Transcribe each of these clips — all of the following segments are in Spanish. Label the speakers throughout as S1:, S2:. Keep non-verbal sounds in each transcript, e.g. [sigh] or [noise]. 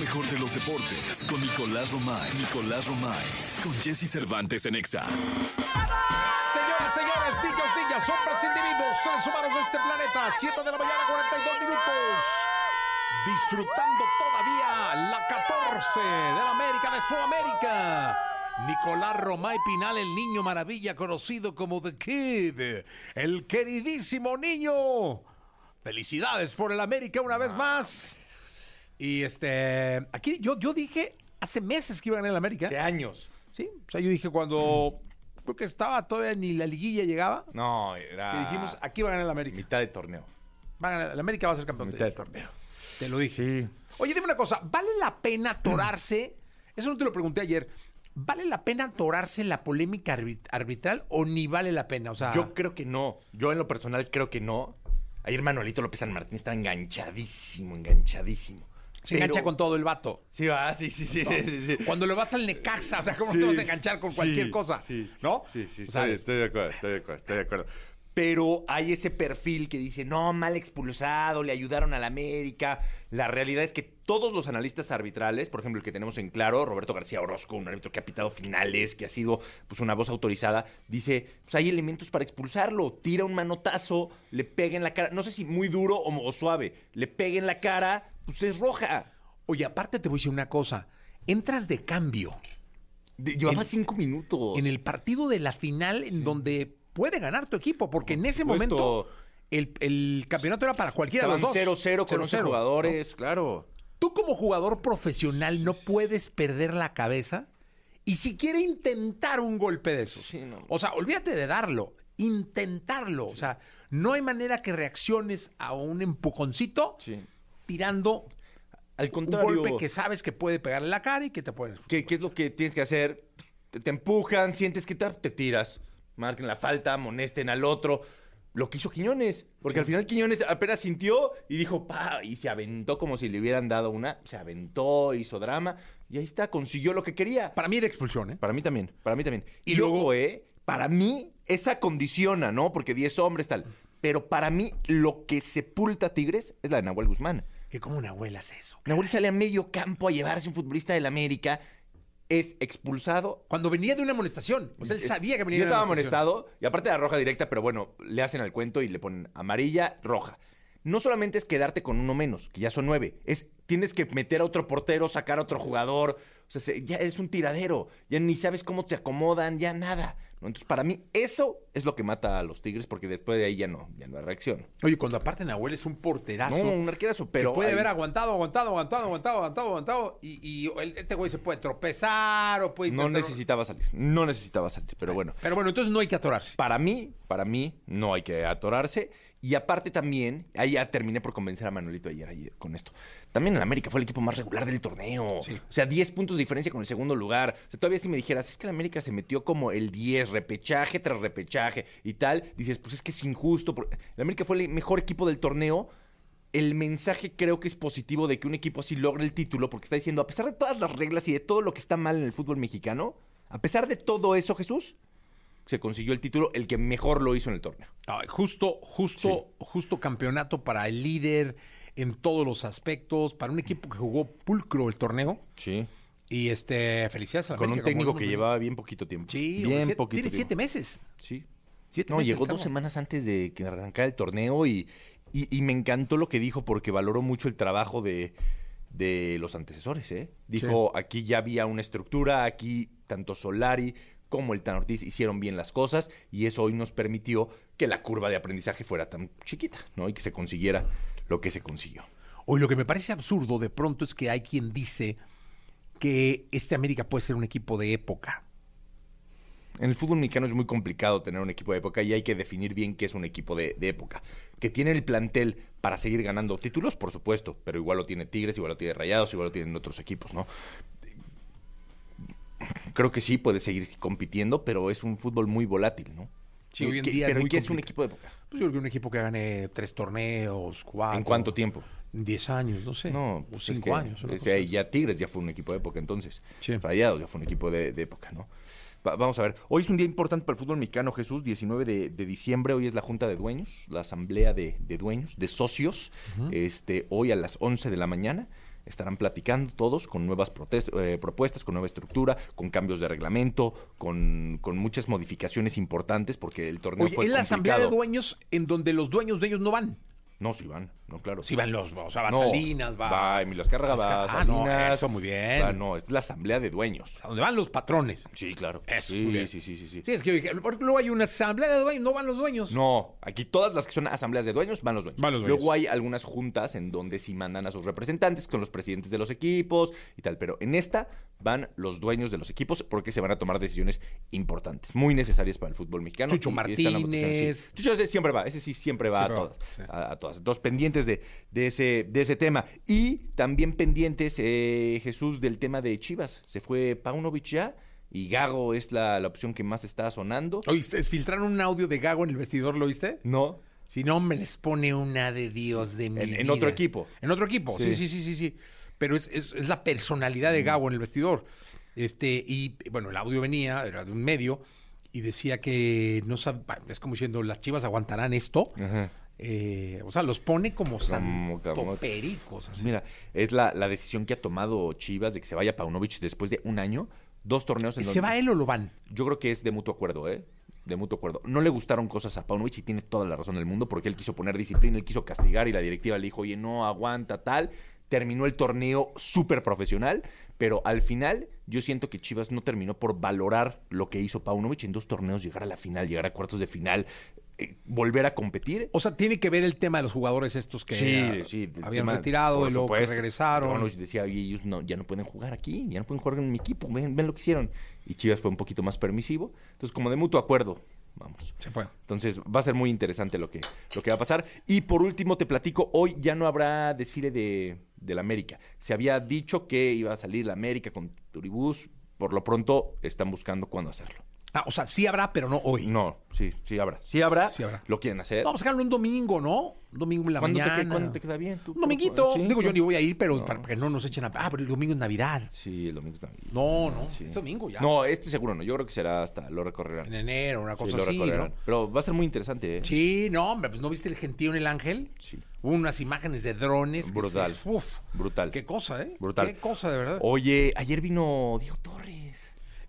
S1: mejor de los deportes con Nicolás Romay. Nicolás Romay. Con Jesse Cervantes en Exa.
S2: Señoras, señores, niños, niñas, hombres, individuos, seres humanos de este planeta. 7 de la mañana, 42 minutos. Disfrutando todavía la 14 de la América, de Sudamérica. Nicolás Romay Pinal, el niño maravilla conocido como The Kid. El queridísimo niño. Felicidades por el América una vez más. Y este, aquí yo, yo dije hace meses que iba a ganar el América.
S3: Hace años.
S2: Sí, o sea, yo dije cuando creo que estaba todavía ni la liguilla llegaba,
S3: No, era.
S2: que dijimos, aquí va a ganar el América.
S3: Mitad de torneo.
S2: Va a ganar, el América va a ser campeón. te
S3: Mitad de
S2: dije.
S3: torneo.
S2: Te lo dije.
S3: Sí.
S2: Oye, dime una cosa, ¿vale la pena atorarse? [clears throat] Eso no te lo pregunté ayer. ¿Vale la pena atorarse en la polémica arbit- arbitral o ni vale la pena? O sea,
S3: Yo creo que no. Yo en lo personal creo que no. Ayer Manuelito López San Martín estaba enganchadísimo, enganchadísimo.
S2: se engancha
S3: Pero-
S2: con todo el vato.
S3: Sí, va, sí, sí, sí, sí, sí, sí.
S2: Cuando lo vas al Necaxa, o sea, ¿cómo
S3: Sí,
S2: te vas a enganchar con cualquier
S3: sí,
S2: cosa?
S3: sí.
S2: ¿No?
S3: Sí, sí,
S2: O
S3: estoy,
S2: sea, es-
S3: estoy de acuerdo, estoy de acuerdo, estoy de acuerdo. Pero hay ese perfil que dice, no, mal expulsado, le ayudaron al América. La realidad es que todos los analistas arbitrales, por ejemplo, el que tenemos en claro, Roberto García Orozco, un árbitro que ha pitado finales, que ha sido pues, una voz autorizada, dice, pues hay elementos para expulsarlo. Tira un manotazo, le pega en la cara, no sé si muy duro o, o suave, le pega en la cara, pues es roja.
S2: Oye, aparte te voy a decir una cosa. Entras de cambio.
S3: De- Llevaba
S2: En-
S3: cinco minutos.
S2: en el partido de la final en donde puede ganar tu equipo, porque en ese
S3: supuesto.
S2: momento el, el campeonato era para cualquiera de los
S3: Estaban
S2: dos.
S3: 0-0 con 11
S2: 0-0,
S3: jugadores, claro.
S2: ¿no? Tú como jugador profesional no puedes perder la cabeza y siquiera intentar un golpe de esos.
S3: Sí, no.
S2: O sea, olvídate de darlo, intentarlo. O sea, no hay manera que reacciones a un empujoncito
S3: Sí.
S2: tirando
S3: Al
S2: un
S3: contrario,
S2: golpe que sabes que puede pegarle la cara y que te pueden...
S3: ¿qué, qué es lo que tienes que hacer? Te, te empujan, sientes que te, te tiras. Marquen la falta, amonesten al otro. Lo que hizo Quiñones. Porque al final Quiñones apenas sintió y dijo, pa, y se aventó como si le hubieran dado una. Se aventó, hizo drama. Y ahí está, consiguió lo que quería.
S2: Para mí era expulsión, ¿eh?
S3: Para mí también, para mí también.
S2: Y
S3: Y,
S2: luego-
S3: luego, ¿eh? Para mí, esa condiciona, ¿no? Porque 10 hombres, tal. Pero para mí, lo que sepulta a Tigres es la de Nahuel Guzmán.
S2: Que como una abuela hace eso.
S3: Nahuel sale a medio campo a llevarse un futbolista del América. Es expulsado.
S2: Cuando venía de una amonestación. O sea, él
S3: Es-
S2: sabía que venía
S3: Ya
S2: de una
S3: estaba
S2: amonestación.
S3: amonestado. Y aparte de la roja directa, pero bueno, le hacen al cuento y le ponen amarilla, roja. No solamente es quedarte con uno menos, que ya son nueve. Es, tienes que meter a otro portero, sacar a otro jugador. O sea, se- ya es un tiradero. Ya ni sabes cómo se acomodan, ya nada. ¿no? Entonces, para mí, eso es lo que mata a los Tigres, porque después de ahí ya no, ya no hay reacción.
S2: Oye, cuando aparte Nahuel es un porterazo.
S3: No, un arquerazo, pero.
S2: que puede
S3: ahí-
S2: haber aguantado, aguantado, aguantado, aguantado, aguantado, aguantado. Y, y el- este güey se puede tropezar o puede...
S3: No
S2: intentar-
S3: necesitaba salir. No necesitaba salir, pero bueno.
S2: Pero bueno, entonces no hay que atorarse.
S3: Para mí, para mí, no hay que atorarse. Y aparte también, ahí ya terminé por convencer a Manuelito ayer, ayer con esto. También el América fue el equipo más regular del torneo. O sea, 10 puntos de diferencia con el segundo lugar. O sea, todavía si me dijeras, es que el América se metió como el 10, repechaje tras repechaje y tal, dices, pues es que es injusto. por- El América fue el mejor equipo del torneo. El mensaje creo que es positivo de que un equipo así logre el título, porque está diciendo, a pesar de todas las reglas y de todo lo que está mal en el fútbol mexicano, a pesar de todo eso, Jesús, se consiguió el título, el que mejor lo hizo en el torneo.
S2: Ay, justo, justo, justo campeonato para el líder en todos los aspectos, para un equipo que jugó pulcro el torneo.
S3: Sí.
S2: Y este, felicidades a la
S3: Con un
S2: América, como
S3: técnico
S2: no-
S3: que llevaba bien poquito tiempo.
S2: Sí,
S3: bien
S2: hombre, siete-
S3: poquito
S2: tiene siete
S3: tiempo.
S2: meses.
S3: Sí.
S2: Siete
S3: no,
S2: meses el
S3: llegó dos
S2: cabrón.
S3: semanas antes de que arrancara el torneo y, y- y me encantó lo que dijo porque valoró mucho el trabajo de, de los antecesores. ¿eh? Dijo, aquí ya había una estructura, aquí tanto Solari como el Tan Ortiz hicieron bien las cosas y eso hoy nos permitió que la curva de aprendizaje fuera tan chiquita ¿no? y que se consiguiera lo que se consiguió.
S2: Hoy lo que me parece absurdo de pronto es que hay quien dice que este América puede ser un equipo de época.
S3: En el fútbol mexicano es muy complicado tener un equipo de época y hay que definir bien qué es un equipo de, de época. Que tiene el plantel para seguir ganando títulos, por supuesto, pero igual lo tiene Tigres, igual lo tiene Rayados, igual lo tienen otros equipos, ¿no? Creo que sí puede seguir compitiendo, pero es un fútbol muy volátil, ¿no? Eh,
S2: Sí, hoy en
S3: ¿Qué-
S2: día es
S3: pero
S2: muy
S3: ¿qué es un
S2: complicado.
S3: equipo de época?
S2: Pues yo creo que un equipo que gane tres torneos, cuatro.
S3: ¿En cuánto tiempo?
S2: Diez años, no sé.
S3: No,
S2: o
S3: pues es
S2: cinco
S3: que,
S2: años. una
S3: es-
S2: cosa así.
S3: ya Tigres ya fue un equipo de época entonces.
S2: Sí.
S3: Rayados ya fue un equipo de, de época, ¿no? Va- vamos a ver. Hoy es un día importante para el fútbol mexicano, Jesús. 19 de, de diciembre. Hoy es la Junta de Dueños, la Asamblea de, de Dueños, de Socios. este, hoy a las 11 de la mañana. estarán platicando todos con nuevas protes- eh, propuestas, con nueva estructura, con cambios de reglamento, con, con muchas modificaciones importantes porque el torneo
S2: Oye,
S3: fue
S2: es la asamblea de
S3: complicado.
S2: dueños en donde los dueños de ellos no van.
S3: No, sí van, no, claro.
S2: Sí van los, o sea, va
S3: No,
S2: Salinas, va...
S3: Va Emilio Azcárraga, va
S2: Ah, no,
S3: Salinas,
S2: eso, muy bien.
S3: va- no, es la asamblea de dueños.
S2: A donde van los patrones.
S3: Sí, claro.
S2: Eso, muy
S3: sí,
S2: bien.
S3: sí, sí, sí, sí.
S2: Sí, es que yo dije, porque luego hay una asamblea de dueños, no van los dueños.
S3: No, aquí todas las que son asambleas de dueños van los dueños.
S2: Van los dueños.
S3: Luego hay algunas juntas en donde sí mandan a sus representantes con los presidentes de los equipos y tal, pero en esta van los dueños de los equipos porque se van a tomar decisiones importantes, muy necesarias para el fútbol mexicano.
S2: Chucho
S3: Y están las votaciones,
S2: Martínez.
S3: sí. Chucho ese siempre va, ese sí siempre va
S2: Siempre
S3: a
S2: va,
S3: todas.
S2: sí.
S3: A, a todas. Entonces, pendientes de, de ese, de ese tema. Y también pendientes, eh, Jesús, del tema de Chivas. Se fue Paunovic ya y Gago es la, la opción que más está sonando.
S2: ¿Oíste? Filtraron un audio de Gago en el vestidor, ¿lo viste?
S3: No,
S2: Si no, me les pone una de Dios de mi
S3: en
S2: vida.
S3: otro equipo.
S2: En otro equipo, sí, sí,
S3: Sí.
S2: sí, sí, sí. Pero es, es- es la personalidad de Gabo en el vestidor. Este, y bueno, el audio venía, era de un medio, y decía que no sabe, es como diciendo, las chivas aguantarán esto.
S3: Ajá.
S2: Eh, o sea, los pone como
S3: camotes.
S2: santopericos.
S3: Pues mira, es la, la decisión que ha tomado Chivas de que se vaya Paunovic después de un año, dos torneos en
S2: ¿Se va ¿eh? él o lo van?
S3: Yo creo que es de mutuo acuerdo, ¿eh? De mutuo acuerdo. No le gustaron cosas a Paunovic y tiene toda la razón del mundo porque él quiso poner disciplina, él quiso castigar y la directiva le dijo, oye, no aguanta tal. Terminó el torneo súper profesional, pero al final yo siento que Chivas no terminó por valorar lo que hizo Paunovic en dos torneos, llegar a la final, llegar a cuartos de final, eh, volver a competir.
S2: O sea, tiene que ver el tema de los jugadores estos que ah,
S3: del
S2: habían
S3: tema,
S2: retirado
S3: por
S2: y luego que
S3: supuesto.
S2: regresaron.
S3: Paunovic decía, oye, ellos no, ya no pueden jugar aquí, ya no pueden jugar en mi equipo, ven, ven lo que hicieron. Y Chivas fue un poquito más permisivo. Entonces, como de mutuo acuerdo, vamos.
S2: Se fue.
S3: Entonces, va a ser muy interesante lo que, lo que va a pasar. Y por último, te platico, hoy ya no habrá desfile de, de la América. Se había dicho que iba a salir la América con Turibús. Por lo pronto, están buscando cuándo hacerlo.
S2: Ah, o sea, sí habrá, pero no hoy.
S3: No, sí, sí habrá. Sí habrá.
S2: Sí habrá.
S3: Lo quieren hacer.
S2: Vamos a dejarlo un domingo, ¿no? Un domingo en la
S3: Eh, ¿Cuándo te,
S2: mañana.
S3: que- cuándo te queda bien? Tú,
S2: Un dominguito.
S3: Sí,
S2: Digo, yo ni voy a ir, pero
S3: No.
S2: para que no nos echen a... Ah, pero el domingo es Navidad.
S3: Sí, el domingo está bien.
S2: No, no.
S3: Sí.
S2: Es domingo ya.
S3: No, este seguro no. Yo creo que será hasta lo recorrerán.
S2: En enero, una
S3: Sí,
S2: cosa
S3: lo
S2: así,
S3: recorrerán.
S2: ¿no?
S3: Pero va a ser muy interesante, ¿eh?
S2: Sí, no, hombre, pues ¿no viste el gentío en el Ángel?
S3: Sí.
S2: Hubo unas imágenes de drones. que
S3: Brutal.
S2: se- uf,
S3: Brutal.
S2: Qué cosa, ¿eh?
S3: Brutal. Oh.
S2: Qué cosa, de verdad.
S3: Oye, ayer vino Diego Torres.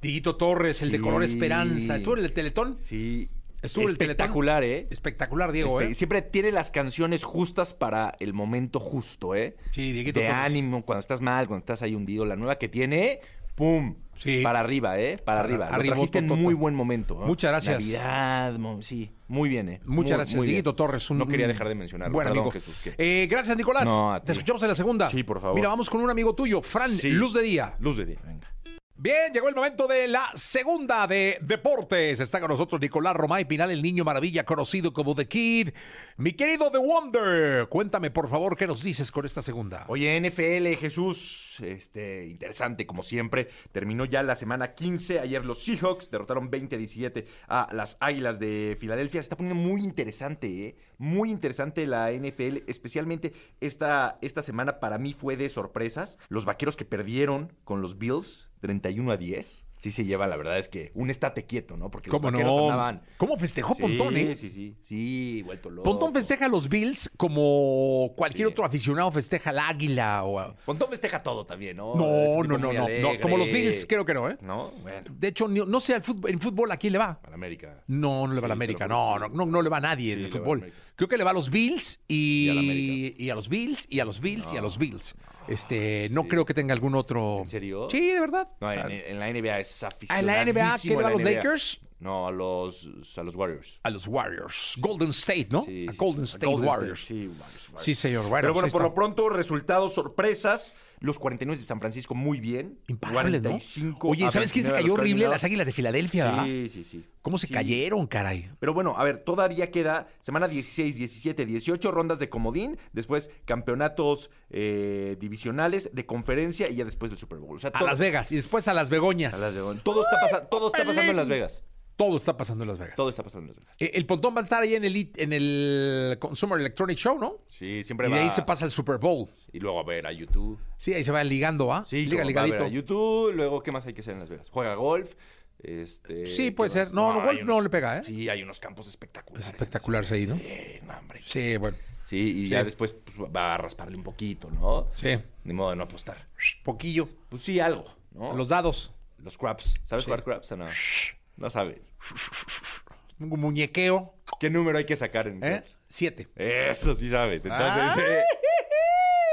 S2: Diguito Torres, el de
S3: Sí.
S2: color esperanza. ¿Estuvo en el Teletón?
S3: Sí.
S2: Estuvo en el Teletón.
S3: Espectacular, ¿eh?
S2: Espectacular, Diego,
S3: Espe-
S2: ¿eh?
S3: Siempre tiene las canciones justas para el momento justo, ¿eh?
S2: Sí, Dieguito
S3: De
S2: Torres.
S3: ánimo, cuando estás mal, cuando estás ahí hundido. La nueva que tiene, ¡pum!
S2: Sí.
S3: Para arriba, ¿eh? Para
S2: Para-
S3: arriba. Lo
S2: arriba,
S3: trajiste en
S2: totota.
S3: muy buen momento. ¿no?
S2: Muchas gracias.
S3: Navidad, mo- sí. Muy bien, ¿eh?
S2: Muchas
S3: Muy-
S2: gracias,
S3: muy bien.
S2: Dieguito Torres. un-
S3: No quería dejar de mencionarlo.
S2: Buen
S3: Perdón,
S2: amigo.
S3: Jesús, que-
S2: Eh, gracias, Nicolás.
S3: No, a
S2: Te
S3: ti.
S2: escuchamos en la segunda.
S3: Sí, por favor.
S2: Mira, vamos con un amigo tuyo, Fran,
S3: Sí.
S2: Luz de Día.
S3: Luz de día, venga.
S2: Bien, llegó el momento de la segunda de deportes. Está con nosotros Nicolás Romay Pinal, el niño maravilla conocido como The Kid. Mi querido The Wonder, cuéntame por favor qué nos dices con esta segunda.
S3: Oye, NFL, Jesús, este, interesante como siempre. Terminó ya la semana 15. Ayer los Seahawks derrotaron 20-17 a las Águilas de Filadelfia. Se está poniendo muy interesante, ¿eh? Muy interesante la NFL, especialmente esta, esta semana para mí fue de sorpresas. Los vaqueros que perdieron con los Bills, 31 a 10. Sí se lleva, la verdad es que un estate quieto, ¿no? Porque los
S2: ¿Cómo
S3: vaqueros
S2: no?
S3: andaban.
S2: ¿Cómo festejó
S3: Sí,
S2: Pontón, eh?
S3: Sí, sí, sí, vuelto loco.
S2: Pontón festeja a los Bills como cualquier
S3: Sí.
S2: otro aficionado festeja al águila o a-
S3: Pontón festeja todo también, ¿no? Es
S2: No,
S3: un
S2: no,
S3: tipo
S2: no,
S3: muy
S2: no, no.
S3: alegre.
S2: Como los Bills, creo que no, ¿eh?
S3: No, bueno.
S2: De hecho, ni- no sé, al fútbol, en fútbol aquí le va.
S3: Al América.
S2: No, no le va a la
S3: Sí,
S2: América.
S3: pero- pues,
S2: No, no, no, no le va a nadie en
S3: Sí,
S2: el
S3: le va a la
S2: fútbol.
S3: América.
S2: Creo que le va a los Bills
S3: Y a la
S2: y,
S3: América.
S2: y a los Bills y a los Bills y a los Bills. Este, no creo que tenga algún otro.
S3: ¿En serio?
S2: Sí, de verdad.
S3: No, en, en la NBA es
S2: ¿A
S3: aficionadísimo.
S2: Ah, la NBA que le va a
S3: la
S2: los
S3: NBA.
S2: Lakers?
S3: No, a los, a los Warriors.
S2: A los Warriors. Golden State, ¿no?
S3: Sí,
S2: a
S3: sí,
S2: Golden
S3: sí.
S2: State
S3: Golden
S2: Warriors.
S3: Sí, Warriors, Warriors.
S2: Sí, señor.
S3: Pero
S2: Warriors,
S3: bueno,
S2: ahí
S3: por
S2: está.
S3: lo pronto, resultados, sorpresas. Los 49 de San Francisco muy bien.
S2: Imparables, ¿no?
S3: 45
S2: Oye,
S3: a
S2: ¿sabes quién se
S3: 29
S2: cayó
S3: a los
S2: horrible?
S3: Cardinals.
S2: Las Águilas de Filadelfia. ¿verdad?
S3: Sí, sí, sí.
S2: ¿Cómo se
S3: Sí.
S2: cayeron, caray?
S3: Pero bueno, a ver, todavía queda semana 16, 17, 18 rondas de comodín, después campeonatos eh, divisionales de conferencia y ya después del Super Bowl. O sea,
S2: A
S3: todo-
S2: Las Vegas y después a Las Begoñas.
S3: a Las Vegas. Todo está, pasa- todo está pasando en Las Vegas.
S2: Todo está pasando en Las Vegas.
S3: Todo está pasando en Las Vegas.
S2: Eh, El pontón va a estar ahí en el, it- en el Consumer Electronic Show, ¿no?
S3: Sí, siempre
S2: Y de ahí se pasa el Super Bowl.
S3: Y luego a ver a YouTube.
S2: Sí, ahí se va ligando, ¿ah?
S3: Sí,
S2: Liga,
S3: como va a ver
S2: ligadito.
S3: a YouTube. Luego, ¿qué más hay que hacer en Las Vegas? Juega golf. Este,
S2: Sí,
S3: ¿qué
S2: puede
S3: más?
S2: ser. No, no,
S3: hay
S2: golf no le pega, ¿eh?
S3: Sí, hay unos campos espectaculares.
S2: Es espectacular ahí, ¿no?
S3: Sí, no, hombre.
S2: Sí, bueno.
S3: Sí, y ya después pues, va a rasparle un poquito, ¿no?
S2: Sí.
S3: Ni modo de no apostar.
S2: Poquillo.
S3: Pues sí, algo, ¿no?
S2: Los dados.
S3: Los craps. ¿Sabes
S2: Sí.
S3: jugar craps o no? No sabes.
S2: Un muñequeo.
S3: ¿Qué número hay que sacar en
S2: ¿eh?
S3: craps?
S2: Siete.
S3: Eso sí sabes. Entonces, eh,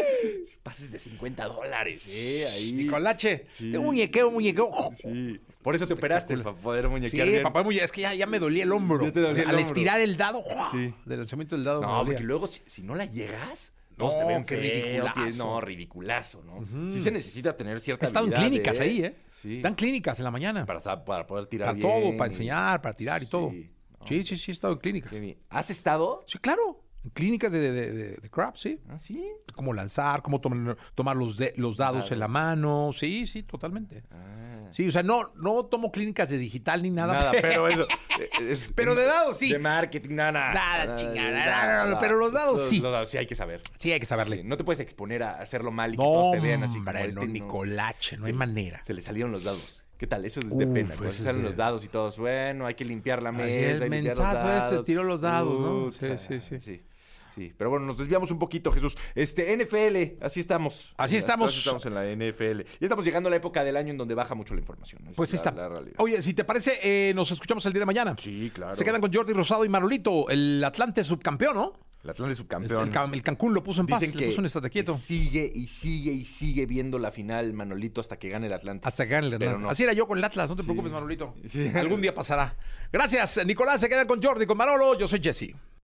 S2: [laughs]
S3: si pases de 50 dólares, ¿eh? Ahí.
S2: Nicolache.
S3: Sí.
S2: Tengo un muñequeo, un muñequeo.
S3: Sí. Por eso te operaste, para poder
S2: Sí,
S3: muñequear bien.
S2: papá, muy- es que ya, ya me dolía el hombro.
S3: Ya te dolía el
S2: Al
S3: hombro.
S2: estirar el dado,
S3: Sí.
S2: del lanzamiento del dado. me
S3: No,
S2: dolía.
S3: porque luego si, si no la llegas,
S2: No,
S3: todos te ven
S2: qué
S3: feo,
S2: ridiculazo.
S3: tienes- No, ridiculazo, ¿no? Sí se necesita tener cierta
S2: He estado en
S3: habilidad,
S2: clínicas ahí, ¿eh?
S3: Sí.
S2: Dan clínicas en la mañana. Para,
S3: Para, sa- para poder tirar bien.
S2: todo, para
S3: y-
S2: enseñar, para tirar y todo.
S3: Sí,
S2: Sí, sí, sí, he estado en clínicas.
S3: Qué bien. ¿Has estado?
S2: Sí, claro. En clínicas de, de, de- de- de crap, sí.
S3: ¿Ah, sí?
S2: Cómo lanzar, cómo tomar, tomar los, de- los dados en la mano. Sí, sí, totalmente.
S3: Ah.
S2: Sí, o sea, no, no tomo clínicas de digital ni nada.
S3: Nada,
S2: [laughs]
S3: pero eso. es-
S2: Pero de dados, sí.
S3: De marketing, nada.
S2: Nada, chingada, nada, nada, pero los dados, sí.
S3: Los dados sí hay que saber.
S2: Sí, hay que saberle.
S3: No te puedes exponer a hacerlo mal y que
S2: no,
S3: todos te vean así. como
S2: hombre,
S3: este,
S2: no, Nicolache, no hay manera.
S3: Se le salieron los dados. ¿Qué tal? Eso es de
S2: Uf,
S3: pena. Cuando
S2: eso
S3: se
S2: es
S3: salen
S2: de-
S3: los dados y todos, bueno, hay que limpiar la mesa.
S2: es,
S3: hay que limpiar los
S2: mensazo este,
S3: dados.
S2: tiró los dados, ¿no? Sí,
S3: Uta,
S2: sí, sí.
S3: sí. Sí, pero bueno, nos desviamos un poquito, Jesús. Este, NFL, así estamos.
S2: Así
S3: Eh,
S2: estamos.
S3: así estamos en la NFL. Y estamos llegando a la época del año en donde baja mucho la información. Es
S2: Pues
S3: la-
S2: ahí está.
S3: La realidad.
S2: Oye, si te parece, eh, nos escuchamos el día de mañana.
S3: Sí, claro.
S2: Se quedan con Jordi Rosado y Marolito, el Atlante subcampeón, ¿no?
S3: El Atlante
S2: El,
S3: subcampeón.
S2: el Can- el Cancún lo puso en paz,
S3: Dicen
S2: le
S3: que
S2: puso un estate quieto.
S3: que sigue y sigue y sigue viendo la final Manolito hasta que gane el Atlante.
S2: Hasta que gane el
S3: Pero
S2: Atlante.
S3: no.
S2: Así era yo con el Atlas, no te preocupes, Manolito.
S3: Sí.
S2: Algún día pasará. Gracias, Nicolás. Se quedan con Jordi, con Manolo. Yo soy Jesse.